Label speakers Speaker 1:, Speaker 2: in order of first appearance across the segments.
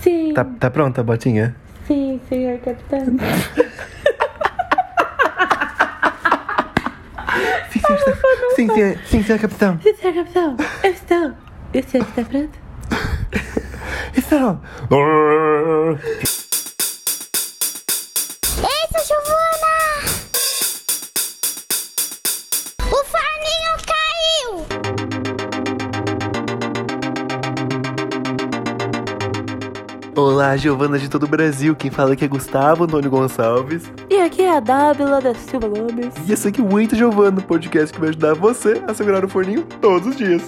Speaker 1: Sim.
Speaker 2: Tá, tá pronta a botinha?
Speaker 1: Sim, senhor capitão.
Speaker 2: Sim, senhor, sim, senhor, sim, senhor capitão.
Speaker 1: Sim, senhor capitão. Eu estou. E o senhor está pronto?
Speaker 2: Então,
Speaker 3: Eita, Giovana! O farninho caiu!
Speaker 2: olá, Giovana de todo o Brasil. Quem fala aqui é Gustavo Antônio Gonçalves.
Speaker 1: E aqui é a Dábila da Silva Gomes.
Speaker 2: E esse aqui é o Muito Giovana, o podcast que vai ajudar você a segurar o forninho todos os dias.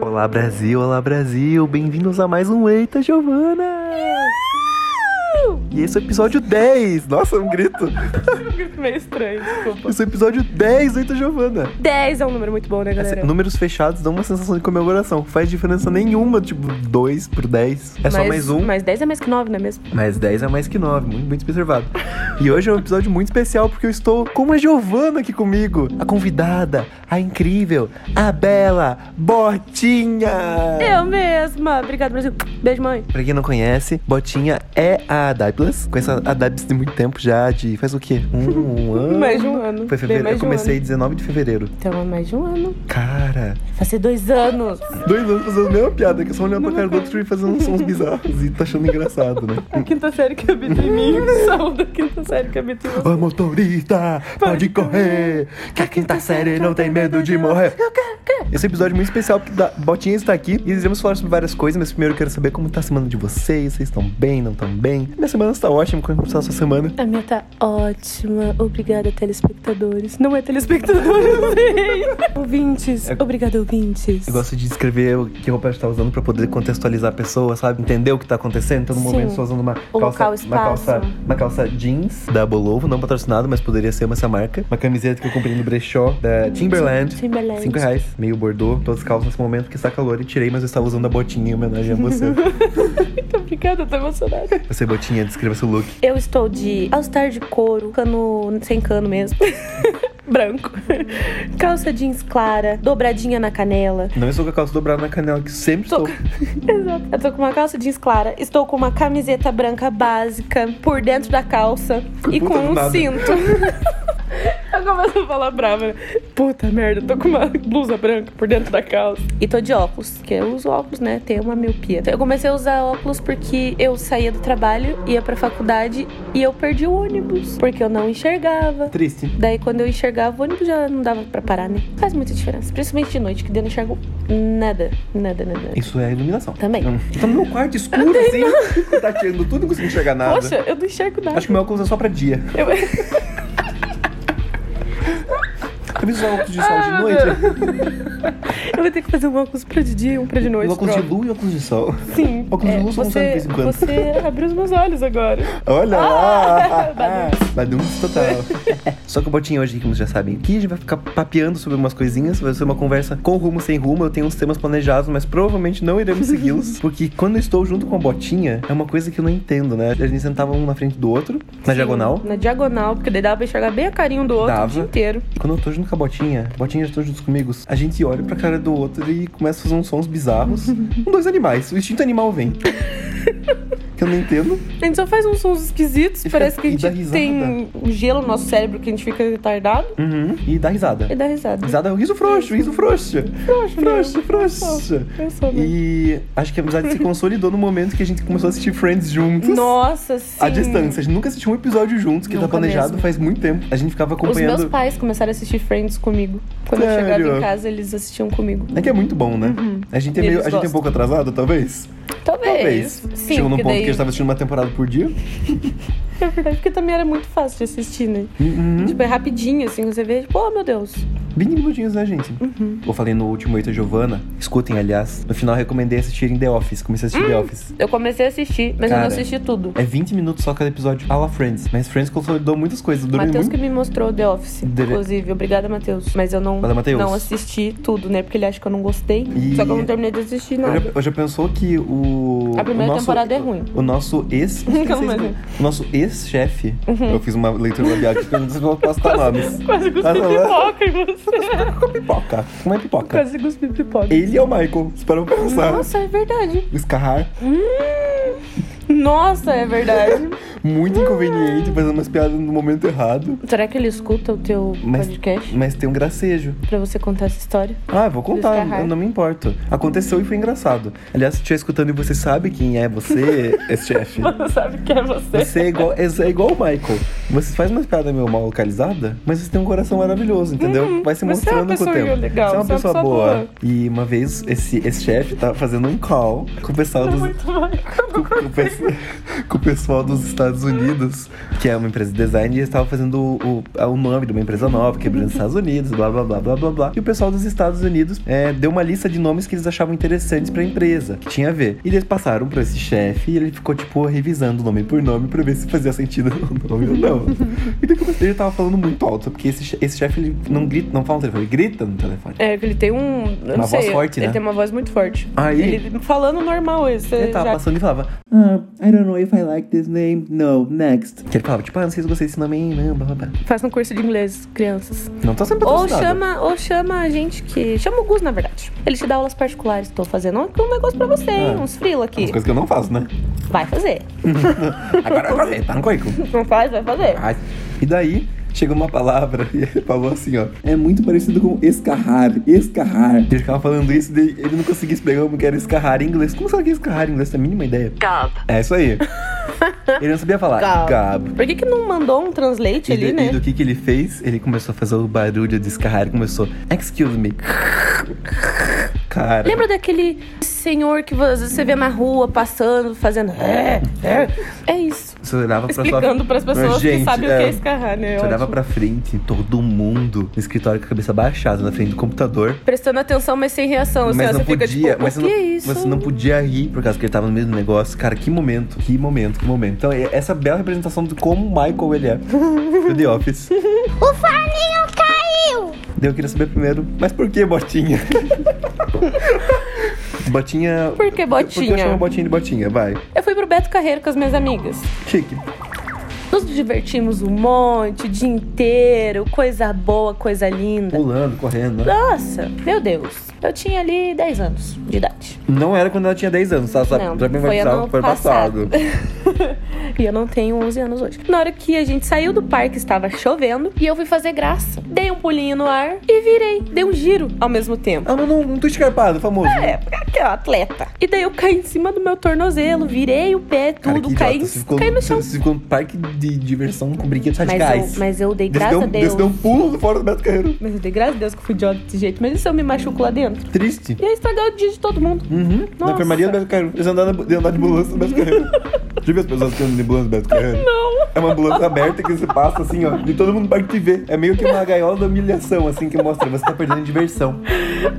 Speaker 2: Olá, Brasil, olá, Brasil. Bem-vindos a mais um Eita, Giovana. E esse é o episódio 10. Nossa, um grito.
Speaker 1: Um grito meio estranho, tipo. desculpa.
Speaker 2: Esse é o episódio 10 do Eita, Giovana.
Speaker 1: 10 é um número muito bom, né,
Speaker 2: Assim,
Speaker 1: galera?
Speaker 2: números fechados dão uma sensação de comemoração. Faz diferença nenhuma, tipo, 2 por 10. É só mais um.
Speaker 1: Mas 10 é mais que 9, não é mesmo?
Speaker 2: Mas 10 é mais que 9, muito bem observado. E hoje é um episódio muito especial porque eu estou com a Giovana aqui comigo, a convidada, a incrível, a bela Botinha.
Speaker 1: Eu mesma. Obrigada, Brasil. Beijo, mãe.
Speaker 2: Pra quem não conhece, Botinha é a Adaplas. Conheço a Adaplas de muito tempo já, de faz o quê? Um, um ano?
Speaker 1: Mais de um ano.
Speaker 2: Foi fevereiro.
Speaker 1: Bem mais
Speaker 2: eu
Speaker 1: de um
Speaker 2: comecei 19 de fevereiro.
Speaker 1: ano. Então, é mais de um ano.
Speaker 2: Cara,
Speaker 1: Vai ser dois anos.
Speaker 2: dois anos fazendo a mesma piada, que é só olhando pra cara do outro e fazendo uns sons bizarros e tá achando engraçado, né?
Speaker 1: A quinta série que habita em mim. Saúde a quinta série que habita em você.
Speaker 2: Ô motorista, pode correr, que a quinta série não tem medo de morrer.
Speaker 1: Eu quero, eu quero.
Speaker 2: Esse episódio é muito especial porque a Botinha está aqui e iremos falar sobre várias coisas, mas primeiro eu quero saber como tá a semana de vocês, vocês estão bem, não estão bem? Minha semana está ótima, como está a sua semana?
Speaker 1: A minha tá ótima. Obrigada, telespectadores. Não é telespectadores, eu sei. Ouvintes. Obrigada, ouvintes.
Speaker 2: É. Eu gosto de descrever o que roupa a gente tá usando pra poder contextualizar a pessoa, sabe? Entender o que tá acontecendo. Então, no
Speaker 1: Sim.
Speaker 2: momento, estou usando uma
Speaker 1: O
Speaker 2: calça,
Speaker 1: local,
Speaker 2: uma calça,
Speaker 1: espaço.
Speaker 2: uma calça jeans da Bolovo, não patrocinado, mas poderia ser uma essa marca. Uma camiseta que eu comprei no brechó da Timberland.
Speaker 1: Hum, Timberland.
Speaker 2: 5 reais, meio bordô, todos calços nesse momento, porque está calor e tirei, mas eu estava usando a botinha em homenagem a você.
Speaker 1: Muito obrigada, eu tô emocionada.
Speaker 2: você, botinha, descreva seu look.
Speaker 1: Eu estou de all-star de couro, cano sem cano mesmo. Branco. Calça jeans clara, dobradinha na canela.
Speaker 2: Não estou com a calça dobrada na canela, que sempre estou.
Speaker 1: Exato. Eu tô com uma calça jeans clara, estou com uma camiseta branca básica por dentro da calça e
Speaker 2: Puta
Speaker 1: com
Speaker 2: do
Speaker 1: um
Speaker 2: nada.
Speaker 1: cinto. Eu começo a falar brava, né? Puta merda, tô com uma blusa branca por dentro da calça. E tô de óculos, porque eu uso óculos, né? Tenho uma miopia. Eu comecei a usar óculos porque eu saía do trabalho, ia pra faculdade e eu perdi o ônibus, porque eu não enxergava.
Speaker 2: Triste.
Speaker 1: Daí quando eu enxergava, o ônibus já não dava pra parar, né? Faz muita diferença. Principalmente de noite, que daí eu não enxergo nada, nada, nada.
Speaker 2: Isso é iluminação.
Speaker 1: Também.
Speaker 2: Hum. Tá no meu quarto escuro, assim, tá tirando tudo, não consigo enxergar nada.
Speaker 1: Poxa, eu não enxergo nada.
Speaker 2: Acho que meu óculos é só pra dia.
Speaker 1: Eu-
Speaker 2: Eu preciso usar óculos de sol de
Speaker 1: Ah, meu
Speaker 2: noite.
Speaker 1: Eu vou ter que fazer um óculos pra de dia e um pra de
Speaker 2: E
Speaker 1: noite.
Speaker 2: óculos de
Speaker 1: pronto.
Speaker 2: lua e um óculos de sol.
Speaker 1: Sim. É,
Speaker 2: óculos de luz não serve de vez em quando.
Speaker 1: Você abriu os meus olhos agora.
Speaker 2: Olha
Speaker 1: Ah,
Speaker 2: lá!
Speaker 1: Badum.
Speaker 2: Badum total. Só que o botinho hoje, como vocês já sabem, aqui a gente vai ficar papeando sobre umas coisinhas. Vai ser uma conversa com rumo, sem rumo. Eu tenho uns temas planejados, mas provavelmente não iremos segui-los. Porque quando eu estou junto com a botinha, é uma coisa que eu não entendo, né? A gente sentava um na frente do outro, na
Speaker 1: Sim,
Speaker 2: diagonal.
Speaker 1: Na diagonal, porque daí dava pra enxergar bem a carinha um do outro
Speaker 2: Dava.
Speaker 1: o dia inteiro.
Speaker 2: E quando eu tô junto com a botinha, a botinha já tá junto comigo, a gente olha pra cara do outro e começa a fazer uns sons bizarros. com dois animais. O instinto animal vem. que eu não entendo.
Speaker 1: A gente só faz uns sons esquisitos,
Speaker 2: E fica-
Speaker 1: parece que a
Speaker 2: e dá
Speaker 1: gente
Speaker 2: risada.
Speaker 1: tem um gelo no nosso cérebro que a gente fica retardado
Speaker 2: Uhum. E dá risada.
Speaker 1: e dá risada.
Speaker 2: Risada é o riso frouxo, riso frouxo.
Speaker 1: Frouxo, né?
Speaker 2: Frouxo,
Speaker 1: mesmo.
Speaker 2: frouxo.
Speaker 1: Eu sou, né?
Speaker 2: E acho que a amizade se consolidou no momento que a gente começou a assistir Friends juntos.
Speaker 1: Nossa, sim.
Speaker 2: À distância. A gente nunca assistiu um episódio juntos, que tá
Speaker 1: Nunca
Speaker 2: planejado
Speaker 1: mesmo.
Speaker 2: faz muito tempo. A gente ficava
Speaker 1: Os meus
Speaker 2: acompanhando.
Speaker 1: pais começaram a assistir Friends comigo. Quando eu chegava
Speaker 2: Sério?
Speaker 1: em casa, eles assistiam comigo.
Speaker 2: É que é muito bom, né? A gente é
Speaker 1: E
Speaker 2: meio.
Speaker 1: Uhum. eles
Speaker 2: A gente é um
Speaker 1: gostam.
Speaker 2: pouco atrasado, talvez?
Speaker 1: Talvez. Sim,
Speaker 2: Chegou num
Speaker 1: porque
Speaker 2: ponto
Speaker 1: daí...
Speaker 2: que a gente tava assistindo uma temporada por dia.
Speaker 1: É verdade, porque também era muito fácil de assistir, né?
Speaker 2: Uhum.
Speaker 1: Tipo, é rapidinho, assim, você vê, tipo, oh meu Deus,
Speaker 2: 20 minutinhos, né, gente?
Speaker 1: Uhum.
Speaker 2: Eu falei no último Eita Giovana. Escutem, aliás. No final, eu recomendei assistirem The Office. Comecei a assistir
Speaker 1: Hum.
Speaker 2: The Office.
Speaker 1: Eu comecei a assistir, mas eu
Speaker 2: Cara.
Speaker 1: não assisti tudo.
Speaker 2: É 20 minutos só cada episódio. Fala Friends. Mas Friends consolidou muitas coisas. Durou
Speaker 1: Matheus
Speaker 2: muito.
Speaker 1: que me mostrou The Office,
Speaker 2: Deve-
Speaker 1: inclusive. Obrigada, Matheus. Mas eu não,
Speaker 2: Valeu, Matheus.
Speaker 1: não assisti tudo, né? Porque ele acha que eu não gostei.
Speaker 2: E-
Speaker 1: Só que eu não terminei de assistir
Speaker 2: Eu
Speaker 1: nada.
Speaker 2: já, eu já pensou que o.
Speaker 1: A primeira
Speaker 2: o nosso-
Speaker 1: temporada é ruim.
Speaker 2: O nosso ex.
Speaker 1: Não, mas- é. Uhum.
Speaker 2: o nosso ex-chefe. Eu fiz uma leitura labial aqui, porque eu não sei se eu posso citar nomes.
Speaker 1: Quase
Speaker 2: Ah,
Speaker 1: cuspi
Speaker 2: não,
Speaker 1: pipoca em você.
Speaker 2: Com pipoca. Uma pipoca.
Speaker 1: Quase cuspi pipoca.
Speaker 2: Ele é o Michael, se parar pra pensar.
Speaker 1: Nossa, é verdade.
Speaker 2: O Escarrar,
Speaker 1: Nossa, é verdade.
Speaker 2: muito inconveniente, fazendo umas piadas no momento errado.
Speaker 1: Será que ele escuta o teu
Speaker 2: Mas-
Speaker 1: podcast
Speaker 2: Mas tem um gracejo.
Speaker 1: pra você contar essa história?
Speaker 2: Ah, eu vou contar,
Speaker 1: Escarrar.
Speaker 2: eu não me importo. Aconteceu e foi engraçado. Aliás, se estiver escutando e você sabe quem é você, esse chefe.
Speaker 1: Você sabe quem é você.
Speaker 2: Você é igual, é é igual o Michael. Você faz uma piada meio mal localizada, mas você tem um coração maravilhoso, entendeu? Vai se
Speaker 1: você é uma
Speaker 2: mostrando com o
Speaker 1: pessoa
Speaker 2: tempo.
Speaker 1: legal,
Speaker 2: você é uma
Speaker 1: você
Speaker 2: pessoa boa. E uma vez esse, esse chefe tá fazendo um call com o pessoal dos,
Speaker 1: Muito mais.
Speaker 2: com, com o pes- com o pessoal dos Estados Unidos, que é uma empresa de design, e eles estavam fazendo o, é o, o nome de uma empresa nova, quebrando os Estados Unidos, blá blá blá blá blá blá. E o pessoal dos Estados Unidos é, deu uma lista de nomes que eles achavam interessantes pra empresa, que tinha a ver. E eles passaram pra esse chefe e ele ficou, tipo, revisando nome por nome pra ver se fazia sentido o nome ou não. E daí começou- ele tava falando muito alto, porque esse, che- esse chefe ele não grita, não fala no telefone, ele grita no telefone.
Speaker 1: É, que ele tem um. eu não
Speaker 2: Uma
Speaker 1: sei,
Speaker 2: voz forte,
Speaker 1: ele
Speaker 2: né?
Speaker 1: tem uma voz muito forte.
Speaker 2: Aí-
Speaker 1: Ele falando normal, esse.
Speaker 2: Ele tava
Speaker 1: já-
Speaker 2: passando e falava, ah, I don't know if I like this name, no, next. Que ele falava, tipo, ah, não sei se eu gostei desse nome, hein, não, blá, blá, blá.
Speaker 1: Faz um curso de inglês, crianças.
Speaker 2: Não tá sendo
Speaker 1: Ou
Speaker 2: patrocinado.
Speaker 1: chama, ou chama a gente que. Chama o Gus, na verdade. Ele te dá aulas particulares. Tô fazendo um um negócio pra você, hein?
Speaker 2: Ah.
Speaker 1: Uns frila aqui.
Speaker 2: As coisas que eu não faço, né?
Speaker 1: Vai fazer.
Speaker 2: Agora vai fazer, tá no currículo.
Speaker 1: Não faz, vai fazer.
Speaker 2: Ai. E daí, chegou uma palavra e ele falou assim, ó. É muito parecido com escarrar, escarrar. Ele ficava falando isso e daí ele não conseguia explicar como que era escarrar em inglês. Como sabe que é escarrar em inglês? Tem a mínima ideia.
Speaker 1: Gab.
Speaker 2: É isso aí. Ele não sabia falar.
Speaker 1: Gab.
Speaker 2: Gab.
Speaker 1: Por que, que não mandou um translate
Speaker 2: E,
Speaker 1: ali,
Speaker 2: do-
Speaker 1: né?
Speaker 2: e do que que ele fez? Ele começou a fazer o barulho de escarrar e começou, excuse me. Cara.
Speaker 1: Lembra daquele senhor que você vê na rua passando, fazendo. É, é. É isso.
Speaker 2: Você olhava pra sua-
Speaker 1: Explicando pras pessoas que
Speaker 2: Gente,
Speaker 1: sabem o
Speaker 2: é.
Speaker 1: que é escarrar, né?
Speaker 2: Você olhava
Speaker 1: Ótimo.
Speaker 2: pra frente, todo mundo no escritório com a cabeça baixada na frente do computador.
Speaker 1: Prestando atenção, mas sem reação. assim,
Speaker 2: mas
Speaker 1: ó,
Speaker 2: não
Speaker 1: você
Speaker 2: podia,
Speaker 1: fica tipo,
Speaker 2: mas
Speaker 1: o
Speaker 2: você
Speaker 1: que
Speaker 2: não,
Speaker 1: é isso?
Speaker 2: você não podia rir por causa que ele tava no meio do negócio. Cara, que momento, que momento, que momento. Então, é- essa bela representação de como o Michael ele é do The Office.
Speaker 3: O forninho caiu!
Speaker 2: Daí eu queria saber primeiro, mas por que botinha? botinha.
Speaker 1: Por que
Speaker 2: Por que eu
Speaker 1: botinha?
Speaker 2: chamo botinha de botinha? Vai.
Speaker 1: Eu fui pro Beto Carreiro com as minhas amigas.
Speaker 2: Chique.
Speaker 1: Nos divertimos um monte, o dia inteiro, coisa boa, coisa linda.
Speaker 2: Pulando, correndo. né?
Speaker 1: Nossa, meu Deus. Eu tinha ali 10 anos de idade.
Speaker 2: Não era quando ela tinha 10 anos, tá? Só
Speaker 1: Não,
Speaker 2: pra mim
Speaker 1: foi
Speaker 2: vai
Speaker 1: ano
Speaker 2: foi
Speaker 1: passado. E eu não tenho 11 anos hoje. Na hora que a gente saiu do parque, estava chovendo e eu fui fazer graça. Dei um pulinho no ar e virei. Dei um giro ao mesmo tempo.
Speaker 2: Ah, mas não, não tô escarpado, famoso.
Speaker 1: É, porque aqui é um atleta. E daí eu caí em cima do meu tornozelo, virei o pé,
Speaker 2: Cara,
Speaker 1: tudo,
Speaker 2: que
Speaker 1: caí,
Speaker 2: idiota.
Speaker 1: em-
Speaker 2: Você ficou,
Speaker 1: caí no
Speaker 2: você-
Speaker 1: chão.
Speaker 2: Você ficou no parque de diversão com brinquedos radicais.
Speaker 1: Mas eu, mas eu dei
Speaker 2: Daí você
Speaker 1: graças a
Speaker 2: deu, um- daí
Speaker 1: Deus.
Speaker 2: você deu um pulo fora do Beto Carreiro.
Speaker 1: Mas eu dei graças a Deus que eu fui idiota desse jeito. Mas e se eu me machuco lá dentro?
Speaker 2: Triste.
Speaker 1: Ia estragar o dia de todo mundo.
Speaker 2: Uhum.
Speaker 1: Nossa.
Speaker 2: Na enfermaria do Beto Carreiro. Eles andaram na- de andar de ambulância do Beto Carreiro. Já viu as pessoas que andam de ambulância do Beto Carreiro?
Speaker 1: Não.
Speaker 2: É uma ambulância aberta que você passa assim, ó. E todo mundo pode te ver. É meio que uma gaiola da humilhação, assim, que mostra. Você tá perdendo diversão.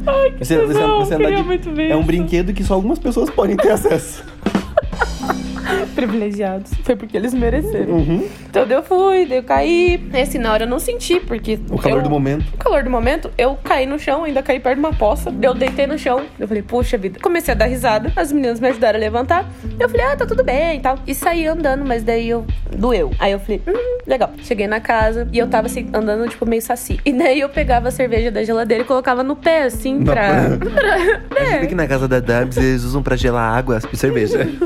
Speaker 2: Ai, que você,
Speaker 1: tesão,
Speaker 2: andar
Speaker 1: queria muito ver
Speaker 2: É um
Speaker 1: isso.
Speaker 2: brinquedo que só algumas pessoas podem ter acesso.
Speaker 1: Privilegiados. Foi porque eles mereceram.
Speaker 2: Uhum.
Speaker 1: Então daí eu fui, daí eu caí. Esse na hora eu não senti, porque.
Speaker 2: O calor
Speaker 1: eu-
Speaker 2: do momento.
Speaker 1: O calor do momento, eu caí no chão, ainda caí perto de uma poça. Eu deitei no chão. Eu falei, puxa vida. Comecei a dar risada. As meninas me ajudaram a levantar. Eu falei, ah, tá tudo bem e tal. E saí andando, mas daí eu doeu. Aí eu falei, hum, legal. Cheguei na casa e eu tava assim, andando, tipo, meio saci. E daí eu pegava a cerveja da geladeira e colocava no pé, assim,
Speaker 2: Na
Speaker 1: pra.
Speaker 2: Imagina que na casa da Dabs eles usam pra gelar água e cerveja.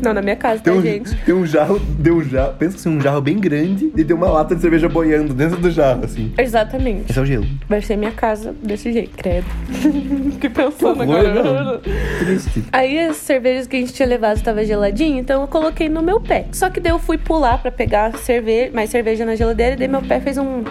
Speaker 1: Não, na minha casa,
Speaker 2: Tem
Speaker 1: tá,
Speaker 2: um,
Speaker 1: gente?
Speaker 2: tem um jarro, deu um jarro, pensa assim, um jarro bem grande e tem uma lata de cerveja boiando dentro do jarro, assim.
Speaker 1: Exatamente.
Speaker 2: Esse é o gelo.
Speaker 1: Vai ser minha casa desse jeito, credo. Fiquei pensando
Speaker 2: Que horror, né?
Speaker 1: agora.
Speaker 2: Triste.
Speaker 1: Aí as cervejas que a gente tinha levado estava geladinha, então eu coloquei no meu pé. Só que daí eu fui pular pra pegar cerveja, mais cerveja na geladeira e daí meu pé fez um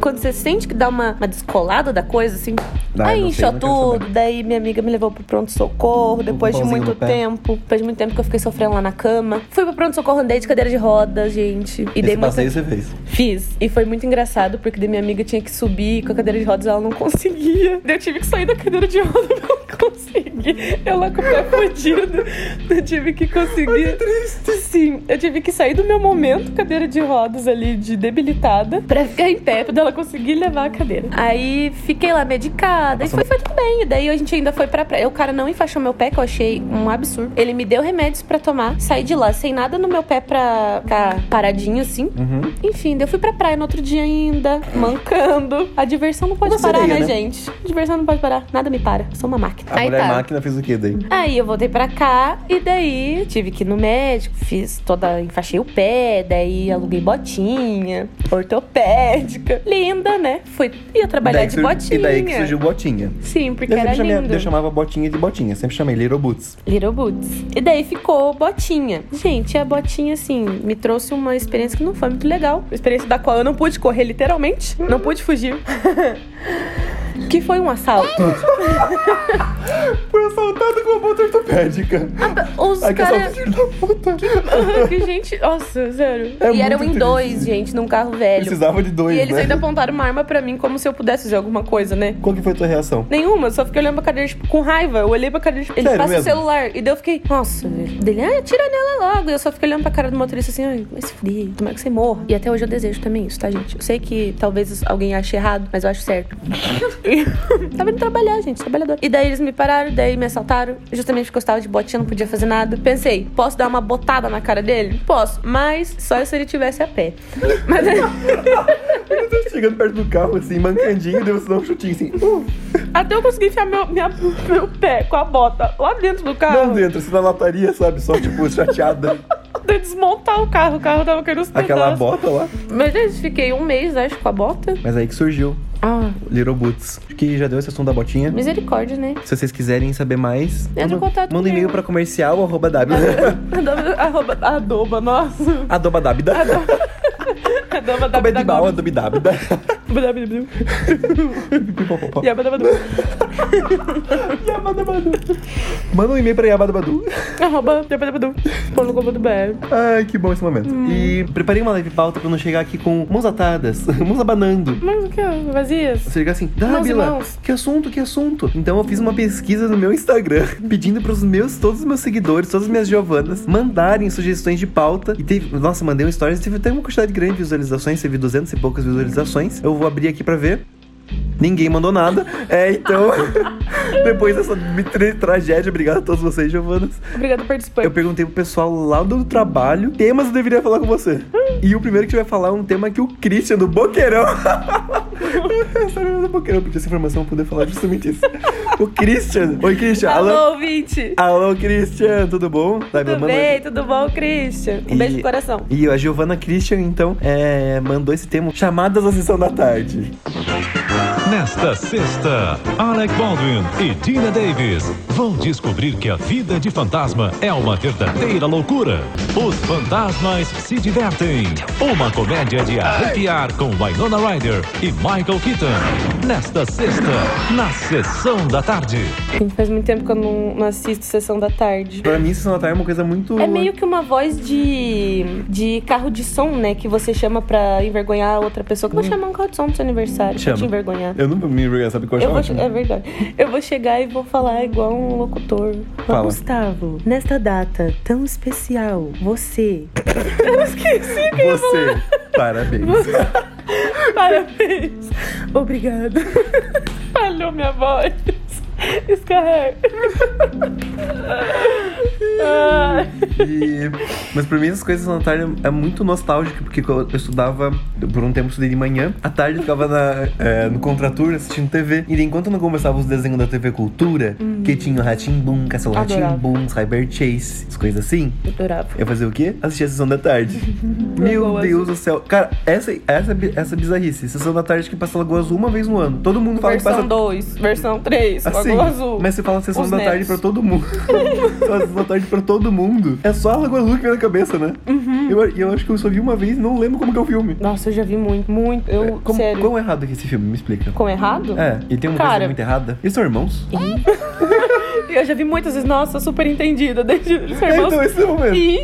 Speaker 1: quando você sente que dá uma, uma descolada da coisa, assim,
Speaker 2: Dá,
Speaker 1: aí
Speaker 2: Ah, não sei,
Speaker 1: inchou
Speaker 2: não quero saber.
Speaker 1: tudo, daí minha amiga me levou pro pronto-socorro, depois de
Speaker 2: pauzinho
Speaker 1: muito
Speaker 2: no pé.
Speaker 1: tempo, depois de muito tempo que eu fiquei sofrendo lá na cama. Fui pro pronto-socorro, andei de cadeira de roda, gente. E dei
Speaker 2: Esse
Speaker 1: muita...
Speaker 2: passeio você fez.
Speaker 1: Fiz. E foi muito engraçado, porque daí minha amiga tinha que subir com a cadeira de rodas e ela não conseguia. Daí Eu tive que sair da cadeira de rodas pra ela conseguir. Eu lá com o pé fodido. Eu tive que conseguir. triste. Sim, eu tive que sair do meu momento cadeira de rodas ali, de debilitada, pra ficar em pé, pra ela conseguir levar a cadeira. Aí fiquei lá medicada e foi, foi tudo bem. E daí a gente ainda foi pra praia. O cara não enfaixou meu pé, que eu achei um absurdo. Ele me deu remédios pra tomar, saí de lá sem nada no meu pé pra ficar paradinho assim.
Speaker 2: Uhum.
Speaker 1: Enfim, daí eu fui pra praia no outro dia ainda, mancando. A diversão não pode
Speaker 2: Uma
Speaker 1: parar, né,
Speaker 2: sereia, né?
Speaker 1: gente? A diversão não pode parar. Nada me para. Sou uma máquina.
Speaker 2: A mulher máquina fez o quê daí?
Speaker 1: Aí eu voltei pra cá e daí tive que ir no médico, fiz toda. enfaixei o pé, daí aluguei botinha, ortopédica. Linda, né? Fui, ia trabalhar
Speaker 2: Daí que
Speaker 1: de
Speaker 2: surgiu-
Speaker 1: botinha.
Speaker 2: E daí que surgiu botinha.
Speaker 1: Sim, porque
Speaker 2: Eu
Speaker 1: era
Speaker 2: sempre chamei-
Speaker 1: lindo.
Speaker 2: eu chamava botinha de botinha, sempre chamei Little Boots.
Speaker 1: Little Boots. E daí ficou Botinha. Gente, a Botinha, assim, me trouxe uma experiência que não foi muito legal. Uma experiência da qual eu não pude correr, literalmente. Não pude fugir. que foi um assalto.
Speaker 2: Fui assaltado com uma bota ortopédica.
Speaker 1: Ah, tá. Os
Speaker 2: Ai, que
Speaker 1: caras...
Speaker 2: assalto filho da puta.
Speaker 1: que gente... Nossa, sério.
Speaker 2: É
Speaker 1: e
Speaker 2: muito
Speaker 1: eram em
Speaker 2: triste.
Speaker 1: dois, gente, num carro velho.
Speaker 2: Precisava de dois,
Speaker 1: e eles
Speaker 2: né?
Speaker 1: ainda apontaram uma arma pra mim como se eu pudesse fazer alguma coisa, né?
Speaker 2: Qual que foi a tua reação?
Speaker 1: Nenhuma, só fiquei olhando pra cadeira, tipo, com raiva. Eu olhei pra cadeira, tipo, ele
Speaker 2: Sério
Speaker 1: passa o
Speaker 2: mesmo?
Speaker 1: celular. E daí eu fiquei, nossa, velho. Dele, ah, tira nela logo. E eu só fiquei olhando pra cara do motorista assim, ai, vai se fuder, tomara que você morra. E até hoje eu desejo também isso, tá, gente? Eu sei que talvez alguém ache errado, mas eu acho certo. Tava indo trabalhar, gente, trabalhador. E daí eles me pararam, daí me assaltaram. Justamente porque eu estava de botinha, não podia fazer nada. Pensei, posso dar uma botada na cara dele? Posso, mas só se ele tivesse a pé. Mas
Speaker 2: Eu tô chegando perto do carro, assim, mancandinho, deu dar um chutinho, assim. Uh,
Speaker 1: até eu consegui enfiar meu, minha- meu pé com a bota lá dentro do carro.
Speaker 2: não dentro, assim, na lataria, sabe? Só, tipo, chateada.
Speaker 1: de desmontar o carro. O carro tava caindo os
Speaker 2: Aquela
Speaker 1: pedaços.
Speaker 2: bota lá.
Speaker 1: Mas gente, fiquei um mês, acho, com a bota.
Speaker 2: Mas aí que surgiu
Speaker 1: Ah,
Speaker 2: Little Boots. Acho que já deu esse assunto da botinha.
Speaker 1: misericórdia, né?
Speaker 2: Se vocês quiserem saber mais,
Speaker 1: Entra em
Speaker 2: manda-
Speaker 1: contato
Speaker 2: manda um e-mail
Speaker 1: comigo.
Speaker 2: pra comercial arroba w.
Speaker 1: Adoba, arroba, adoba, nossa.
Speaker 2: Adoba dabda.
Speaker 1: Adoba,
Speaker 2: Adoba
Speaker 1: adoba,
Speaker 2: é de bal, adobe dabda. Pipopopó.
Speaker 1: Yabba, dabba, dabba.
Speaker 2: Yabadabadu. Manda um e-mail pra Yabadabadu.
Speaker 1: Arroba, yabba, dabba, dabba. Ponto com ponto br.
Speaker 2: Ai, que bom esse momento.
Speaker 1: Hum.
Speaker 2: E preparei uma live pauta pra não chegar aqui com mãos atadas, mãos abanando.
Speaker 1: Mas o que? é? Vazias?
Speaker 2: Você ligar assim,
Speaker 1: Mãos e
Speaker 2: Dábila,
Speaker 1: mãos.
Speaker 2: que assunto, que assunto? Então eu fiz uma pesquisa no meu Instagram, pedindo pros meus, todos os meus seguidores, todas as minhas Giovanas, mandarem sugestões de pauta. E teve, nossa, mandei um stories, teve até uma quantidade grande de visualizações, teve 200 e poucas visualizações. Eu vou abrir aqui pra ver. Ninguém mandou nada. É, então, depois dessa tra- tragédia, obrigado a todos vocês, Giovanas.
Speaker 1: Obrigada por participar.
Speaker 2: Eu perguntei pro pessoal lá do trabalho temas eu deveria falar com você. E o primeiro que vai falar é um tema que o Christian do Boqueirão. Sério, do Boqueirão, porque essa informação eu poder falar justamente isso. O Christian. Oi, Christian. Alô,
Speaker 1: Alô, ouvinte.
Speaker 2: Alô Christian, tudo bom? Tá,
Speaker 1: Tudo bem? Tudo bom, Christian? Um
Speaker 2: E-
Speaker 1: beijo no coração.
Speaker 2: E a Giovana Christian, então, é, mandou esse tema chamadas à sessão da tarde.
Speaker 4: Nesta sexta, Alec Baldwin e Dina Davis vão descobrir que a vida de fantasma é uma verdadeira loucura. Os fantasmas se divertem. Uma comédia de arrepiar com Winona Ryder e Michael Keaton. Nesta sexta, na sessão da tarde.
Speaker 1: Gente, Faz muito tempo que eu não, não assisto Sessão da Tarde.
Speaker 2: Pra mim, sessão da tarde é uma coisa muito.
Speaker 1: É meio que uma voz de, de carro de som, né? Que você chama pra envergonhar a outra pessoa. Que eu vou chamar um carro de som pro seu aniversário
Speaker 2: Hum. Chama.
Speaker 1: pra te envergonhar.
Speaker 2: Eu não vou me envergonhar, sabe? Que eu acho
Speaker 1: Eu vou, che-
Speaker 2: ótimo.
Speaker 1: é verdade. Eu vou chegar e vou falar igual um locutor. Ó,
Speaker 2: Fala.
Speaker 1: Gustavo, nesta data tão especial, você.
Speaker 2: Você. Parabéns.
Speaker 1: Parabéns! Obrigada. Falhou minha voz. Escarrega. Ai.
Speaker 2: E- Mas pra mim essas coisas na tarde é muito nostálgico, porque eu eu estudava, por um tempo eu estudei de manhã, à tarde eu ficava na, é, no contraturno assistindo TV. E enquanto eu não começava os desenhos da TV Cultura, que tinha o Ratimbum, Castelo
Speaker 1: Adorava.
Speaker 2: Ratimbum, Cyber Chase, as coisas assim,
Speaker 1: Adorava.
Speaker 2: eu fazia o quê? Assistia a sessão da tarde. Meu
Speaker 1: Lagoa
Speaker 2: Deus do céu. Cara, essa, essa, é essa bizarrice. Sessão da tarde que passa Lagoa Azul uma vez no ano. Todo mundo fala que passa
Speaker 1: Versão 2, versão 3,
Speaker 2: Assim,
Speaker 1: Lagoa Azul.
Speaker 2: mas você fala sessão
Speaker 1: Os
Speaker 2: da tarde
Speaker 1: netos.
Speaker 2: pra todo mundo. Fala sessão da tarde pra todo
Speaker 1: Uhum.
Speaker 2: mundo. É só a Lagoa Azul que vem na cabeça, né? E eu, e eu acho que eu só vi uma vez e não lembro como que é o filme.
Speaker 1: Nossa, eu eu já vi muito, muito. Eu,
Speaker 2: É, Como,
Speaker 1: sério.
Speaker 2: quão errado que esse filme? Me explica.
Speaker 1: Como errado?
Speaker 2: É, e tem uma coisa
Speaker 1: Cara-
Speaker 2: muito errada. Eles são irmãos?
Speaker 1: Eu já vi muitas vezes, nossa, super entendida. Desde eles são
Speaker 2: É,
Speaker 1: irmãos.
Speaker 2: então, esse é o momento.
Speaker 1: E.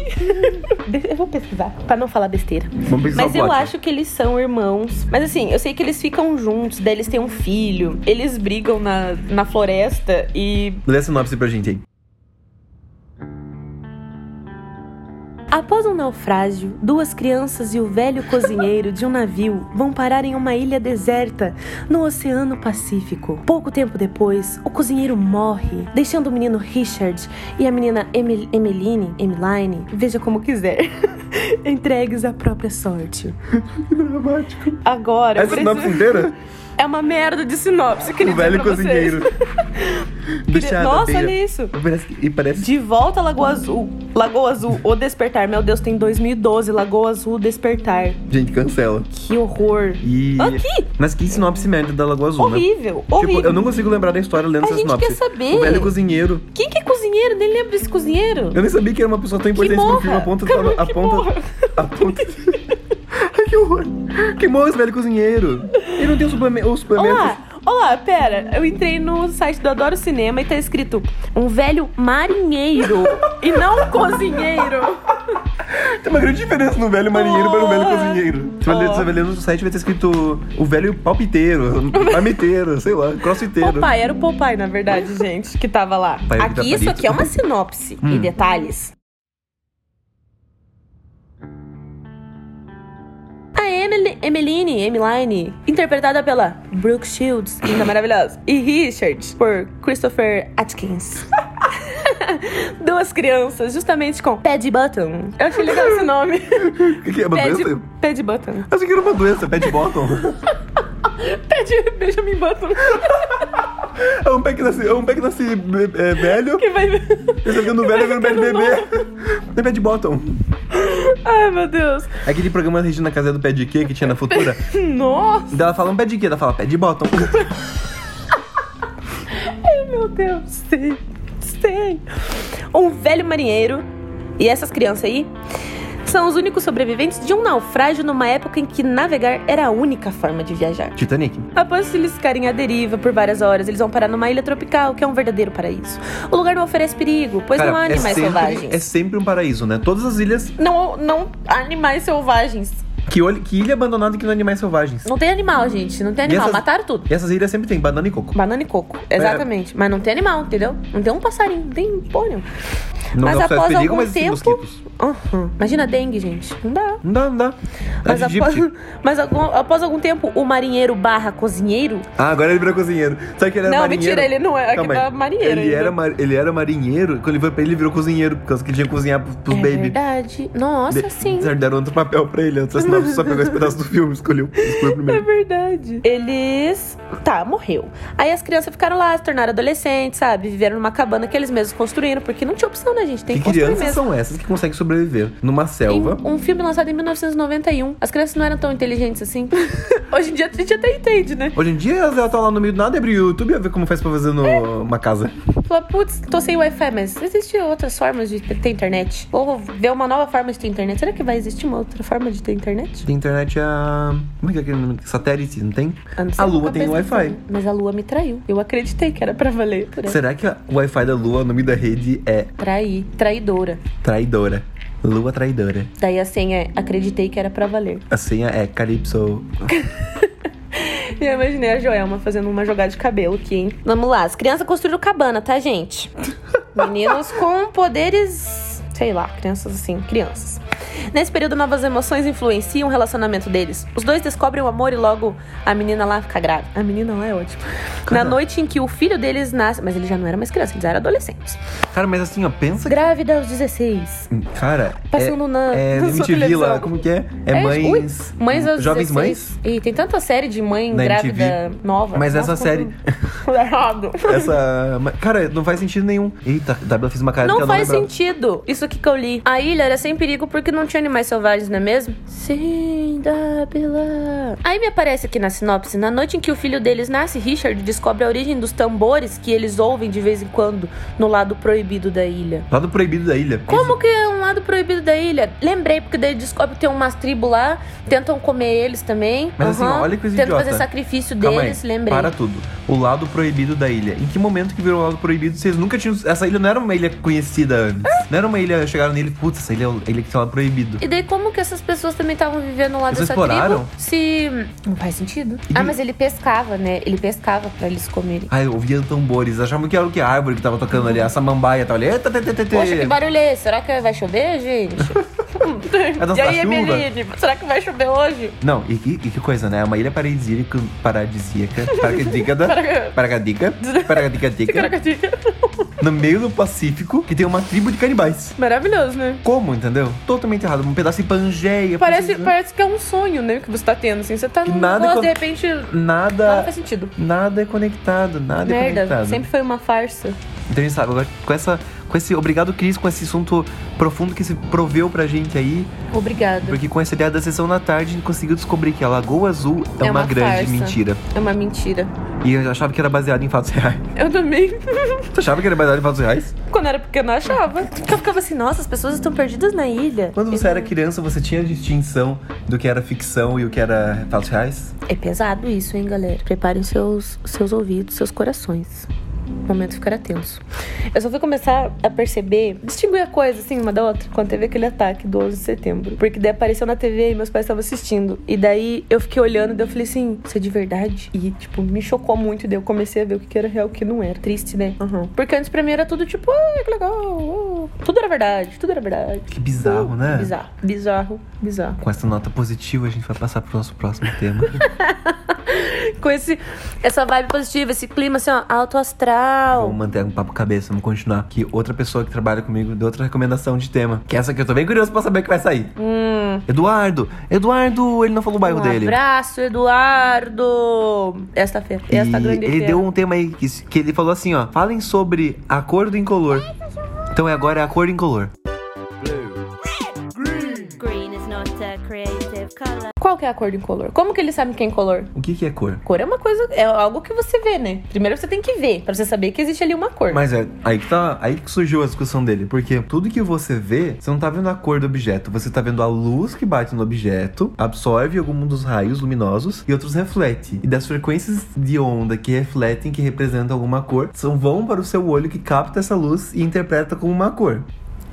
Speaker 1: eu vou pesquisar, pra não falar besteira.
Speaker 2: Vamos pensar
Speaker 1: Mas
Speaker 2: no
Speaker 1: eu
Speaker 2: plot.
Speaker 1: acho que eles são irmãos. Mas assim, eu sei que eles ficam juntos, daí eles têm um filho. Eles brigam na, na floresta e
Speaker 2: Lê a sinopse pra gente aí.
Speaker 1: Após um naufrágio, duas crianças e o velho cozinheiro de um navio vão parar em uma ilha deserta no Oceano Pacífico. Pouco tempo depois, o cozinheiro morre, deixando o menino Richard e a menina Emil- Emeline, Emeline, veja como quiser, entregues à própria sorte.
Speaker 2: Dramático.
Speaker 1: Agora,
Speaker 2: Essa sinopse inteira?
Speaker 1: é uma merda de sinopse,
Speaker 2: O velho cozinheiro. Deixado à
Speaker 1: Nossa,
Speaker 2: beira.
Speaker 1: olha isso.
Speaker 2: Parece- e parece
Speaker 1: De volta a Lagoa Azul. Lagoa Azul, O Despertar. Meu Deus, tem 2012, Lagoa Azul, O Despertar.
Speaker 2: Gente, cancela.
Speaker 1: Que horror.
Speaker 2: E.
Speaker 1: Aqui.
Speaker 2: Mas que sinopse merda da Lagoa Azul, né?
Speaker 1: Horrível, horrível.
Speaker 2: Tipo, eu não consigo lembrar da história lendo
Speaker 1: A
Speaker 2: essa
Speaker 1: gente
Speaker 2: sinopse.
Speaker 1: quer saber.
Speaker 2: O velho cozinheiro.
Speaker 1: Quem que é cozinheiro? Nem lembro desse cozinheiro.
Speaker 2: Eu nem sabia que era uma pessoa tão importante pro
Speaker 1: morra.
Speaker 2: filme. A ponta
Speaker 1: Caramba,
Speaker 2: tava. A
Speaker 1: que
Speaker 2: ponta.
Speaker 1: morra.
Speaker 2: A ponta. Ai, que horror. Que morra esse velho cozinheiro. Ele não tem o suplame- os suplementos.
Speaker 1: Olá, olá, pera. Eu entrei no site do Adoro Cinema e tá escrito um velho marinheiro e não um cozinheiro.
Speaker 2: Tem uma grande diferença no velho marinheiro para o velho
Speaker 1: Oh.
Speaker 2: cozinheiro. Você vai, ler,
Speaker 1: Oh.
Speaker 2: você vai ler no site vai ter escrito o velho palpiteiro, palmiteiro, sei lá, crossiteiro.
Speaker 1: Popeye, era o Popeye, na verdade, gente, que tava lá.
Speaker 2: Popeye do
Speaker 1: Aqui, isso
Speaker 2: Gabarito.
Speaker 1: aqui é uma sinopse e detalhes. A Emily, Emeline, Emeline, interpretada pela Brooke Shields, linda, maravilhosa, e Richard, por Christopher Atkins. Duas crianças, justamente com Paddy Button. Eu achei legal esse nome.
Speaker 2: O que, que é uma
Speaker 1: Paddy,
Speaker 2: doença?
Speaker 1: Paddy Button.
Speaker 2: Achei que era uma doença, pet bottom.
Speaker 1: Paddy Benjamin Button,
Speaker 2: É um pé que nasce, é um pé que nasce é, é, velho,
Speaker 1: que vai...
Speaker 2: Você ficando velho, agora pede
Speaker 1: ficando
Speaker 2: bebê. É pé de bottom.
Speaker 1: Ai, meu Deus.
Speaker 2: Aquele programa Regina Casé do pé de quê que tinha na Futura.
Speaker 1: Nossa.
Speaker 2: Daí ela fala um pé de quê? Ela fala pé de bottom.
Speaker 1: Meu Deus, sei, sei. Um velho marinheiro e essas crianças aí são os únicos sobreviventes de um naufrágio numa época em que navegar era a única forma de viajar.
Speaker 2: Titanic.
Speaker 1: Após eles ficarem à deriva por várias horas, eles vão parar numa ilha tropical, que é um verdadeiro paraíso. O lugar não oferece perigo, pois
Speaker 2: Cara,
Speaker 1: não há
Speaker 2: é,
Speaker 1: animais
Speaker 2: sempre,
Speaker 1: selvagens.
Speaker 2: é sempre um paraíso, né? Todas as ilhas.
Speaker 1: Não, não há animais selvagens.
Speaker 2: Que, olhe- que ilha abandonada que não é animais selvagens.
Speaker 1: Não tem animal, gente. Não tem animal.
Speaker 2: essas-
Speaker 1: Mataram tudo.
Speaker 2: E essas ilhas sempre tem banana e coco.
Speaker 1: Banana e coco, exatamente. Mas não tem animal, entendeu? Não tem um passarinho, não tem porra nenhuma.
Speaker 2: Não
Speaker 1: Mas
Speaker 2: dá pra
Speaker 1: após
Speaker 2: sair perigo,
Speaker 1: algum
Speaker 2: mas tem
Speaker 1: tempo-
Speaker 2: mosquitos. É
Speaker 1: Aham. Imagina a dengue, gente. Não dá.
Speaker 2: Não dá, Tá não dá.
Speaker 1: Mas,
Speaker 2: A
Speaker 1: após,
Speaker 2: Egipte.
Speaker 1: mas algum- após algum tempo, o marinheiro barra cozinheiro.
Speaker 2: Ah, agora ele virou cozinheiro. Sabe que ele era
Speaker 1: não,
Speaker 2: marinheiro?
Speaker 1: mentira, ele não é. Aqui
Speaker 2: Calma
Speaker 1: tá
Speaker 2: aí.
Speaker 1: marinheiro.
Speaker 2: Ele
Speaker 1: ainda.
Speaker 2: era, mar- ele era marinheiro, quando ele foi pra ele, ele virou cozinheiro, por causa que ele tinha que cozinhar pros, pros
Speaker 1: É
Speaker 2: baby.
Speaker 1: verdade. Nossa,
Speaker 2: De-
Speaker 1: sim.
Speaker 2: Certo, deram outro papel pra ele. Antes assinava, só pegou esse pedaço do filme, escolheu. Escolheu o
Speaker 1: É
Speaker 2: primeiro.
Speaker 1: verdade. Eles. Tá, morreu. Aí as crianças ficaram lá, se tornaram adolescentes, sabe? Viveram numa cabana que eles mesmos construíram, porque não tinha opção, né, gente? Tem
Speaker 2: Que
Speaker 1: que, construir
Speaker 2: crianças
Speaker 1: mesmo.
Speaker 2: são essas que conseguem sobreviver numa selva?
Speaker 1: Em um filme lançado em 1991. As crianças não eram tão inteligentes assim. Hoje em dia a gente até entende, né?
Speaker 2: Hoje em dia elas elas estão lá no meio do nada, abre o YouTube e ver como faz pra fazer
Speaker 1: É.
Speaker 2: no, uma casa.
Speaker 1: Falou, putz, tô sem Wi-Fi, mas existem outras formas de ter internet. Vou ver uma nova forma de ter internet. Será que vai existir uma outra forma de ter internet?
Speaker 2: Tem internet a. Como é que é aquele nome? Satélite, não tem?
Speaker 1: Eu Ah, não
Speaker 2: A
Speaker 1: sei,
Speaker 2: lua
Speaker 1: nunca
Speaker 2: tem
Speaker 1: pesquisei.
Speaker 2: Wi-Fi.
Speaker 1: Mas a lua me traiu. Eu acreditei que era pra valer. Por aí.
Speaker 2: Será que a- o Wi-Fi da lua, o nome da rede é
Speaker 1: Traí. Traidora.
Speaker 2: Traidora? Lua Traidora.
Speaker 1: Daí a senha é acreditei que era pra valer.
Speaker 2: A senha é Calypso.
Speaker 1: E eu imaginei a Joelma fazendo uma jogada de cabelo aqui, hein? Vamos lá. As crianças construíram cabana, tá, gente? Meninos com poderes. Sei lá, crianças assim, crianças. Nesse período, novas emoções influenciam o relacionamento deles. Os dois descobrem o amor e logo a menina lá fica grávida. A menina lá é ótima. Na noite em que o filho deles nasce. Mas ele já não era mais criança, eles eram adolescentes.
Speaker 2: Cara, mas assim, ó, pensa.
Speaker 1: Grávida aos 16.
Speaker 2: que- Cara.
Speaker 1: Passando
Speaker 2: é,
Speaker 1: na-
Speaker 2: É
Speaker 1: na sua
Speaker 2: MTV lá,
Speaker 1: televisão.
Speaker 2: como que é? É,
Speaker 1: ui,
Speaker 2: mães.
Speaker 1: mães aos
Speaker 2: Jovens
Speaker 1: 16.
Speaker 2: mães?
Speaker 1: E tem tanta série de mãe
Speaker 2: Na
Speaker 1: grávida
Speaker 2: MTV.
Speaker 1: nova.
Speaker 2: Mas
Speaker 1: Nossa,
Speaker 2: essa
Speaker 1: quanto- Errado.
Speaker 2: Essa. ma- Cara, não faz sentido nenhum. Eita, Dabla fez uma cara que
Speaker 1: Não
Speaker 2: ela
Speaker 1: faz
Speaker 2: não lembrava.
Speaker 1: sentido isso aqui que eu li. A ilha era sem perigo porque não tinha animais selvagens, não é mesmo? Sim, Dábila. Aí me aparece aqui na sinopse: na noite em que o filho deles nasce, Richard descobre a origem dos tambores que eles ouvem de vez em quando no lado proibido da ilha.
Speaker 2: Lá do proibido da ilha.
Speaker 1: Como que um lá do Proibido da Ilha. Lembrei, porque daí descobre que tem umas tribos lá, tentam comer eles também.
Speaker 2: Mas assim,
Speaker 1: Aham.
Speaker 2: olha que coisa
Speaker 1: Tentam
Speaker 2: idiota.
Speaker 1: fazer sacrifício
Speaker 2: Calma
Speaker 1: deles,
Speaker 2: aí,
Speaker 1: lembrei.
Speaker 2: para tudo. O lado proibido da ilha. Em que momento que virou o lado proibido? Vocês nunca tinham... Essa ilha não era uma ilha conhecida antes. Não era uma ilha... Chegaram nele, putz, essa ilha é o- ilha que tem o lado proibido.
Speaker 1: E daí, como que essas pessoas também estavam vivendo lá
Speaker 2: Eles
Speaker 1: dessa
Speaker 2: exploraram?
Speaker 1: tribo? Se. Não faz sentido. Ah, mas ele pescava, né? Ele pescava pra eles comerem.
Speaker 2: Ai, eu ouvia tambores. Achavam que era o que? A árvore que tava tocando ali. A samambaia tava ali. Eita, tê, tê, tê, tê.
Speaker 1: Poxa, que barulho é esse? Será que vai chover, gente?
Speaker 2: É da
Speaker 1: e aí,
Speaker 2: chuva?
Speaker 1: Emeline, será que vai chover hoje?
Speaker 2: Não, e que, e que coisa, né? É uma ilha paradisíaca... Paradisíaca... Paradisíaca... Paragadica, paragadica no meio do Pacífico, que tem uma tribo de canibais.
Speaker 1: Maravilhoso, né?
Speaker 2: Como, entendeu? Totalmente errado. Um pedaço de Pangeia.
Speaker 1: Parece,
Speaker 2: precisa-
Speaker 1: parece que é um sonho, né? Que você tá tendo, assim. Você tá
Speaker 2: Que
Speaker 1: num
Speaker 2: nada
Speaker 1: negócio,
Speaker 2: con-
Speaker 1: de repente. Nada
Speaker 2: Nada,
Speaker 1: faz sentido.
Speaker 2: nada é conectado, nada é
Speaker 1: Merda,
Speaker 2: conectado.
Speaker 1: sempre foi uma farsa.
Speaker 2: Então a gente sabe, agora com, essa, com esse obrigado, Cris, com esse assunto profundo que se proveu pra gente aí,
Speaker 1: Obrigada.
Speaker 2: porque com essa ideia da sessão da tarde a gente conseguiu descobrir que a Lagoa Azul é,
Speaker 1: É
Speaker 2: uma,
Speaker 1: uma
Speaker 2: grande
Speaker 1: farsa.
Speaker 2: mentira.
Speaker 1: É uma mentira.
Speaker 2: E eu achava que era baseado em fatos reais.
Speaker 1: Eu também.
Speaker 2: Tu achava que era baseado em fatos reais?
Speaker 1: Quando era pequena, eu achava. Porque eu ficava assim, nossa, as pessoas estão perdidas na ilha.
Speaker 2: Quando você era criança, você tinha distinção do que era ficção e o que era fatos reais?
Speaker 1: É pesado isso, hein, galera? Preparem seus, seus ouvidos, seus corações. O momento ficará tenso. Eu só fui começar a perceber, distinguir a coisa, assim, uma da outra, quando teve aquele ataque do 11 de setembro. Porque daí apareceu na TV e meus pais estavam assistindo. E daí eu fiquei olhando e daí eu falei assim, isso é de verdade? E, tipo, me chocou muito. E daí eu comecei a ver o que que era real e o que não era. Triste, né? Porque antes pra mim era tudo tipo, ai, que legal. oh." Tudo era verdade, tudo era verdade.
Speaker 2: Que bizarro, né?
Speaker 1: Bizarro, bizarro, bizarro.
Speaker 2: Com essa nota positiva, a gente vai passar pro nosso próximo tema.
Speaker 1: com esse, essa vibe positiva, esse clima assim, ó, alto astral.
Speaker 2: Vamos manter um papo cabeça, vamos continuar. Que outra pessoa que trabalha comigo deu outra recomendação de tema. Que essa aqui eu tô bem curioso pra saber o que vai sair.
Speaker 1: Hum.
Speaker 2: Eduardo! Eduardo! Ele não falou o
Speaker 1: Um
Speaker 2: bairro dele.
Speaker 1: abraço, Eduardo! Esta feira.
Speaker 2: E
Speaker 1: Esta grande
Speaker 2: ele
Speaker 1: feira.
Speaker 2: deu um tema aí que, que ele falou assim, ó. Falem sobre a cor do incolor. Então é agora é a cor do incolor.
Speaker 3: Green is not a creative color.
Speaker 1: Qual que é a cor do incolor? Como que ele sabe que é incolor?
Speaker 2: O que que é cor?
Speaker 1: Cor é uma coisa, é algo que você vê, né? Primeiro você tem que ver, pra você saber que existe ali uma cor.
Speaker 2: Mas é aí que tá, aí que surgiu a discussão dele, porque tudo que você vê, você não tá vendo a cor do objeto, você tá vendo a luz que bate no objeto, absorve algum dos raios luminosos e outros reflete. E das frequências de onda que refletem, que representam alguma cor, são vão para o seu olho que capta essa luz e interpreta como uma cor.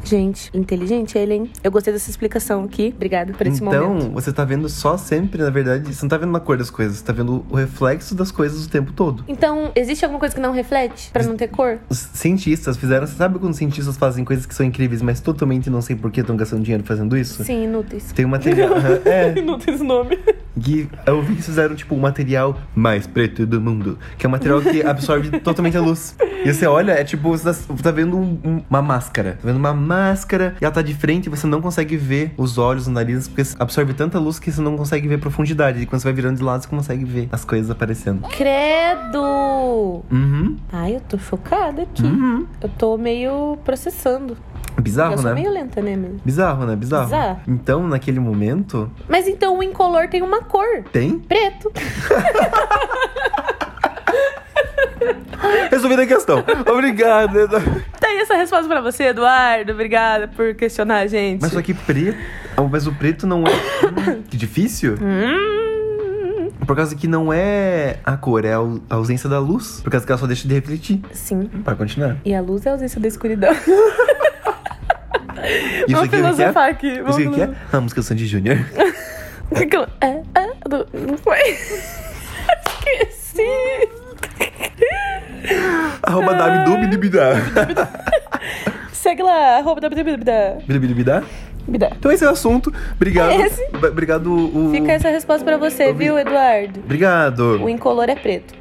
Speaker 1: Gente, inteligente ele, hein? Eu gostei dessa explicação aqui. Obrigada por esse
Speaker 2: então,
Speaker 1: momento.
Speaker 2: você tá vendo só sempre, na verdade, você não tá vendo a cor das coisas, você tá vendo o reflexo das coisas o tempo todo.
Speaker 1: Então, existe alguma coisa que não reflete pra não ter cor?
Speaker 2: Os cientistas fizeram, você sabe quando os cientistas fazem coisas que são incríveis, mas totalmente não sei por que estão gastando dinheiro fazendo isso?
Speaker 1: Sim, inúteis.
Speaker 2: Tem um material. Aham, é.
Speaker 1: Não tem esse nome.
Speaker 2: Que eu vi que fizeram, tipo, o material mais preto do mundo. Que é um material que absorve totalmente a luz. E você olha, é tipo, você tá, você tá vendo um- um- uma máscara. Tá vendo uma máscara e ela tá de frente e você não consegue ver os olhos, o nariz, porque absorve tanta luz que você não consegue ver profundidade. E quando você vai virando de lado, você consegue ver as coisas aparecendo.
Speaker 1: Credo!
Speaker 2: Uhum.
Speaker 1: Ai, eu tô chocada aqui.
Speaker 2: Uhum.
Speaker 1: Eu tô meio processando. eu
Speaker 2: Bizarro,
Speaker 1: sou
Speaker 2: né?
Speaker 1: meio lenta, né, mesmo?
Speaker 2: Bizarro, né? Bizarro.
Speaker 1: Bizarro.
Speaker 2: Então, naquele momento,
Speaker 1: Mas então o incolor tem uma cor.
Speaker 2: tem.
Speaker 1: Preto.
Speaker 2: Resolvida a questão. Obrigado. Eduardo.
Speaker 1: Tá aí essa resposta pra você, Eduardo. Obrigada por questionar a gente.
Speaker 2: Mas só que preto. ah, Mas o preto não é. Hum, que difícil?
Speaker 1: Hum,
Speaker 2: Por causa que não é a cor, é a au- a ausência da luz. Por causa que ela só deixa de refletir.
Speaker 1: Sim.
Speaker 2: Pra continuar.
Speaker 1: E a luz é a ausência da escuridão.
Speaker 2: Isso
Speaker 1: Vamos
Speaker 2: aqui o que é?
Speaker 1: filosofar aqui.
Speaker 2: Isso
Speaker 1: Vamos
Speaker 2: aqui o que é? A música Sandy Júnior.
Speaker 1: filosofar. É, é, do- Não foi. Esqueci.
Speaker 2: Arroba
Speaker 1: Ah.
Speaker 2: dabdubidubidá.
Speaker 1: Segue lá, arroba www.
Speaker 2: Bidubidubidá.
Speaker 1: Bidá.
Speaker 2: Então esse é o assunto. Obrigado.
Speaker 1: É esse.
Speaker 2: Ba- Obrigado. O...
Speaker 1: Fica essa resposta pra você,
Speaker 2: Ouvi.
Speaker 1: viu, Eduardo?
Speaker 2: Obrigado.
Speaker 1: O incolor é preto.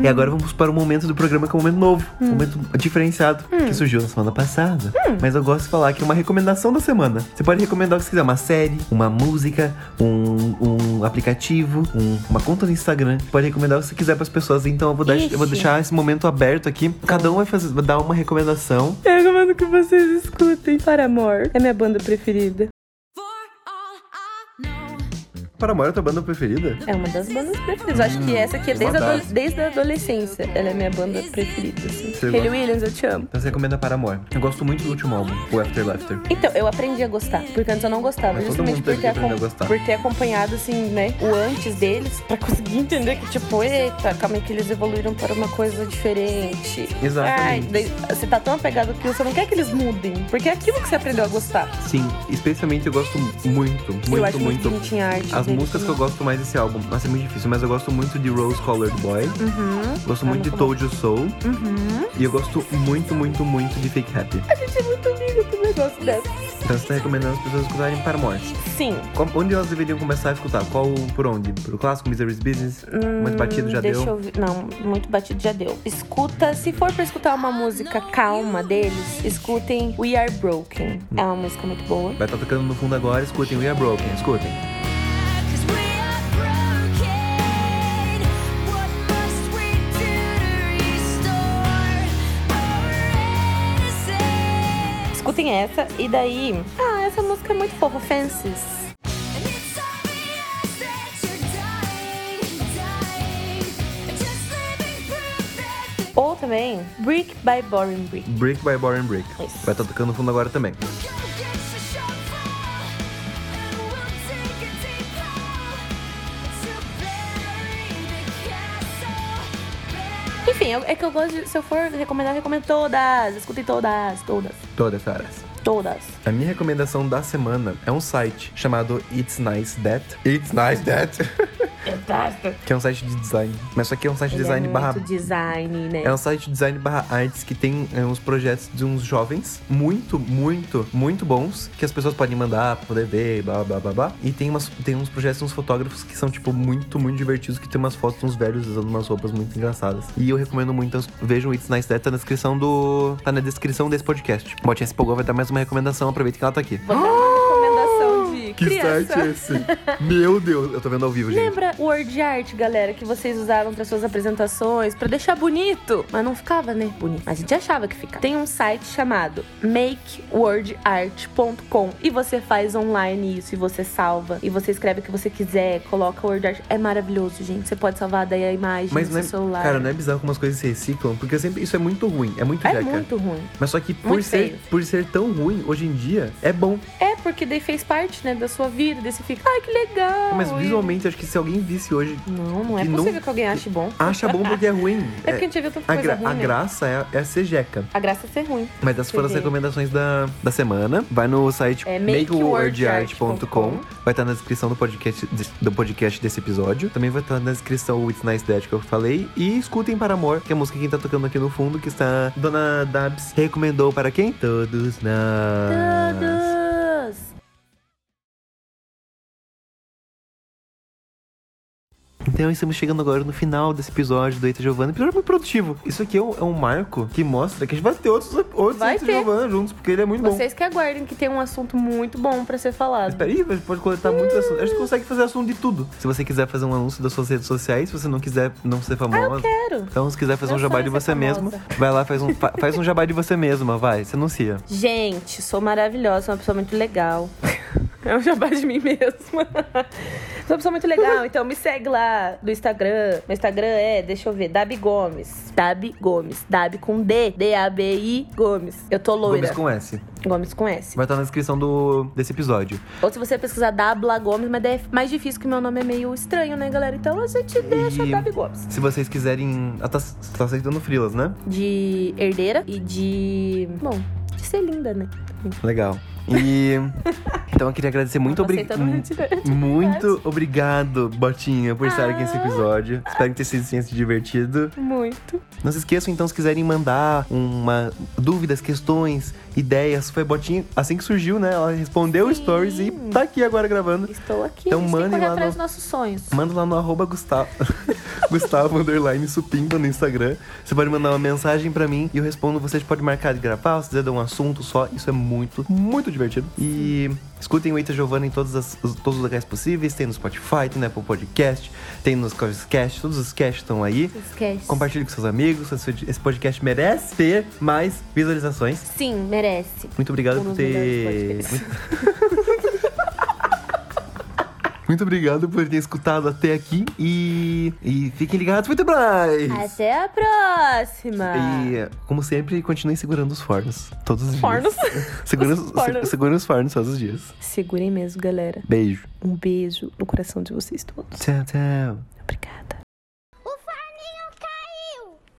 Speaker 2: E agora vamos para o momento do programa que é um momento novo,
Speaker 1: Hum.
Speaker 2: um momento diferenciado, que surgiu na semana passada. Mas eu gosto de falar que é uma recomendação da semana. Você pode recomendar o que você quiser, uma série, uma música, um, um aplicativo, um- uma conta no Instagram. Você pode recomendar o que você quiser para as pessoas. Então eu vou, dar- eu vou
Speaker 1: Ixi.
Speaker 2: deixar esse momento aberto aqui. Cada um vai, fazer- vai dar uma recomendação.
Speaker 1: Eu recomendo que vocês escutem. Para Amor é minha banda preferida.
Speaker 2: Paramore é tua banda preferida?
Speaker 1: É uma das bandas preferidas. Eu acho que essa aqui é desde, a adole- desde a adolescência. Ela é minha banda preferida, assim.
Speaker 2: Você
Speaker 1: Hayley
Speaker 2: gosta?
Speaker 1: Williams, eu te amo.
Speaker 2: Então você recomenda Paramore. Eu gosto muito do último álbum, o After Laughter.
Speaker 1: Então, eu aprendi a gostar, porque antes eu não gostava,
Speaker 2: Mas todo
Speaker 1: justamente
Speaker 2: mundo
Speaker 1: por
Speaker 2: teve
Speaker 1: ter,
Speaker 2: que aprender
Speaker 1: acom-
Speaker 2: a gostar.
Speaker 1: por ter acompanhado, assim, né, o antes deles, pra conseguir entender que, tipo, eita, calma aí que eles evoluíram para uma coisa diferente. Ai,
Speaker 2: Exatamente.
Speaker 1: daí você tá tão apegado que você não quer que eles mudem, porque é aquilo que você aprendeu a gostar.
Speaker 2: Sim, especialmente eu gosto muito,
Speaker 1: eu
Speaker 2: muito,
Speaker 1: acho muito,
Speaker 2: muito.
Speaker 1: bonitinha a arte.
Speaker 2: As
Speaker 1: deles.
Speaker 2: músicas que eu gosto mais desse álbum, nossa, é muito difícil, mas eu gosto muito de Rose Colored Boy.
Speaker 1: Uhum.
Speaker 2: Gosto muito de
Speaker 1: muito
Speaker 2: Told You So.
Speaker 1: Uhum.
Speaker 2: E eu gosto muito, muito, muito de Fake Happy.
Speaker 1: A gente é muito amigo, eu também gosto dessa.
Speaker 2: Então você tá recomendando as pessoas escutarem Paramore.
Speaker 1: Sim.
Speaker 2: Qual- Onde elas deveriam começar a escutar? Qual, por onde? Pro clássico, Misery's Business? muito batido já
Speaker 1: Hum, Deixa
Speaker 2: deu?
Speaker 1: eu ver. Não, muito batido já deu. Escuta, se for pra escutar uma música calma deles, escutem We Are Broken. É uma música muito boa.
Speaker 2: Vai estar tocando no fundo agora, escutem We Are Broken, escutem.
Speaker 1: Escutem essa e daí. Ah, essa música é muito fofa, Fences. Ou também Brick by Boring Brick.
Speaker 2: Brick by Boring Brick.
Speaker 1: Isso.
Speaker 2: Vai estar tocando no fundo agora também.
Speaker 1: Enfim, eu- é que eu gosto de, Se eu for recomendar, eu recomendo todas. Escutem todas, todas,
Speaker 2: Todas horas.
Speaker 1: todas.
Speaker 2: A minha recomendação da semana é um site chamado It's Nice That. It's Nice That. que é um site de design. Mas só que é um site de
Speaker 1: Ele
Speaker 2: design
Speaker 1: é
Speaker 2: barra
Speaker 1: muito design, né?
Speaker 2: É um site de design barra artes que tem é, uns projetos de uns jovens muito, muito, muito bons que as pessoas podem mandar pra poder ver, blá, blá, blá, blá. E tem, umas, tem uns projetos, uns fotógrafos que são, tipo, muito, muito divertidos, que tem umas fotos de uns velhos usando umas roupas muito engraçadas. E eu recomendo muito, as- vejam o It's Nice That, tá na descrição do... tá na descrição desse podcast. Bote esse pogol, vai dar mais uma recomendação, aproveita que ela tá aqui. é
Speaker 1: Vou dar uma recomendação de criança.
Speaker 2: esse? Meu Deus, eu tô vendo ao vivo, Tipo, gente.
Speaker 1: Lembra o word art, galera, que vocês usavam para suas apresentações, para deixar bonito, mas não ficava, né? Bonito. Mas a gente achava que ficava. Tem um site chamado makewordart.com e você faz online isso e você salva e você escreve o que você quiser, coloca o word art. É maravilhoso, gente. Você pode salvar daí a imagem
Speaker 2: Mas
Speaker 1: no
Speaker 2: não é,
Speaker 1: seu celular.
Speaker 2: cara, não é bizarro como as coisas se reciclam, porque sempre isso é muito ruim, é muito
Speaker 1: É
Speaker 2: jeca.
Speaker 1: muito ruim.
Speaker 2: Mas só que por
Speaker 1: Muito
Speaker 2: ser,
Speaker 1: feio.
Speaker 2: por ser tão ruim, hoje em dia, é bom.
Speaker 1: É, porque daí fez parte, né, da sua vida, daí você fica, ai, que legal.
Speaker 2: Mas
Speaker 1: e-
Speaker 2: visualmente, acho que se alguém visse hoje,
Speaker 1: Não, não é
Speaker 2: que não-
Speaker 1: possível que alguém ache bom.
Speaker 2: acha bom porque é ruim.
Speaker 1: É porque a gente já viu tanta
Speaker 2: a,
Speaker 1: coisa
Speaker 2: gra-
Speaker 1: ruim,
Speaker 2: a
Speaker 1: né?
Speaker 2: graça é, é ser jeca.
Speaker 1: A graça é ser ruim.
Speaker 2: Mas essas foram as
Speaker 1: Entendi.
Speaker 2: recomendações da, da semana. Vai no site
Speaker 1: É,
Speaker 2: makewordart.com.
Speaker 1: makewordart.com.
Speaker 2: Vai estar na descrição do podcast, do podcast desse episódio. Também vai estar na descrição o It's Nice Dad que eu falei. E escutem para amor, que é a música que tá tocando aqui no fundo, que está. Dona Dabs recomendou para quem? Todos nós.
Speaker 1: Todos!
Speaker 2: Então estamos chegando agora no final desse episódio do Eita Giovanna. Episódio muito produtivo. Isso aqui é um, é um marco que mostra que a gente vai ter outros, outros
Speaker 1: Vai
Speaker 2: Eita
Speaker 1: ter.
Speaker 2: Giovanna juntos, porque ele é muito bom.
Speaker 1: Vocês que aguardem que tem um assunto muito bom pra ser falado.
Speaker 2: Espera aí, a gente pode coletar muito assunto. A gente consegue fazer assunto de tudo. Se você quiser fazer um anúncio das suas redes sociais, se você não quiser não ser famosa.
Speaker 1: Quero.
Speaker 2: Então, se quiser fazer
Speaker 1: Eu
Speaker 2: um jabá
Speaker 1: sonho
Speaker 2: de
Speaker 1: ser
Speaker 2: você
Speaker 1: famosa.
Speaker 2: mesmo, vai lá, faz um, fa- faz um jabá de você mesma, vai, se anuncia.
Speaker 1: Gente, sou maravilhosa, sou uma pessoa muito legal. É um jabá de mim mesma. Sou uma pessoa muito legal, então me segue lá no Instagram. Meu Instagram é, deixa eu ver, Dabi Gomes. Dabi Gomes. Dabi com D. D-A-B-I Gomes. Eu tô loira.
Speaker 2: Gomes com S.
Speaker 1: Gomes com S.
Speaker 2: Vai estar na descrição do, desse episódio.
Speaker 1: Ou se você pesquisar Dabla Gomes, mas daí é mais difícil que meu nome é meio estranho, né, galera? Então a gente deixa
Speaker 2: E-
Speaker 1: Dabi Gomes.
Speaker 2: Se vocês quiserem. Ah, tá, tá aceitando frilas, né?
Speaker 1: De herdeira e de. Bom, de ser linda, né?
Speaker 2: Legal. E. então eu queeria agradecer muito
Speaker 1: Tô Tá aceitando né?
Speaker 2: obrigado.
Speaker 1: retirada.
Speaker 2: Muito obrigado, Botinha, por estar aqui nesse
Speaker 1: Ah. episódio.
Speaker 2: episódio. Espero que vocês tenham se divertido.
Speaker 1: Muito.
Speaker 2: Não se esqueçam, então, se quiserem mandar uma dúvidas, questões, ideias. Foi Botinha, assim que surgiu, né? Ela respondeu o
Speaker 1: Sim.
Speaker 2: stories e tá aqui agora gravando.
Speaker 1: Estou aqui.
Speaker 2: Então
Speaker 1: a gente tem que
Speaker 2: mandem
Speaker 1: correr
Speaker 2: lá
Speaker 1: atrás dos
Speaker 2: no-
Speaker 1: nossos sonhos.
Speaker 2: Manda lá no arroba Gustavo, Gustavo underline supimpa no Instagram. Você pode mandar uma mensagem pra mim e eu respondo. Você pode marcar de gravar, se quiser dar um assunto só. Isso é muito, muito divertido. E Escutem o Eita Giovana em todos, as- os- todos os lugares possíveis. Tem no Spotify, tem no Apple Podcast, tem nos Cast, todos os casts estão aí.
Speaker 1: Esquece.
Speaker 2: Compartilhe com seus amigos. esse- Esse podcast merece ter mais visualizações.
Speaker 1: Sim, merece.
Speaker 2: Muito obrigado
Speaker 1: Um
Speaker 2: por
Speaker 1: dos
Speaker 2: ter.
Speaker 1: melhores
Speaker 2: Muito... Muito obrigado por ter escutado até aqui e. E fiquem ligados, muito mais!
Speaker 1: Até a próxima!
Speaker 2: E, é como sempre, continuem segurando os fornos. Todos os dias.
Speaker 1: Fornos.
Speaker 2: Segurem os,
Speaker 1: Os fornos.
Speaker 2: se- segurem os fornos todos os dias.
Speaker 1: Segurem mesmo, galera.
Speaker 2: Beijo.
Speaker 1: Um beijo no coração de vocês todos.
Speaker 2: Tchau, tchau.
Speaker 1: Obrigada.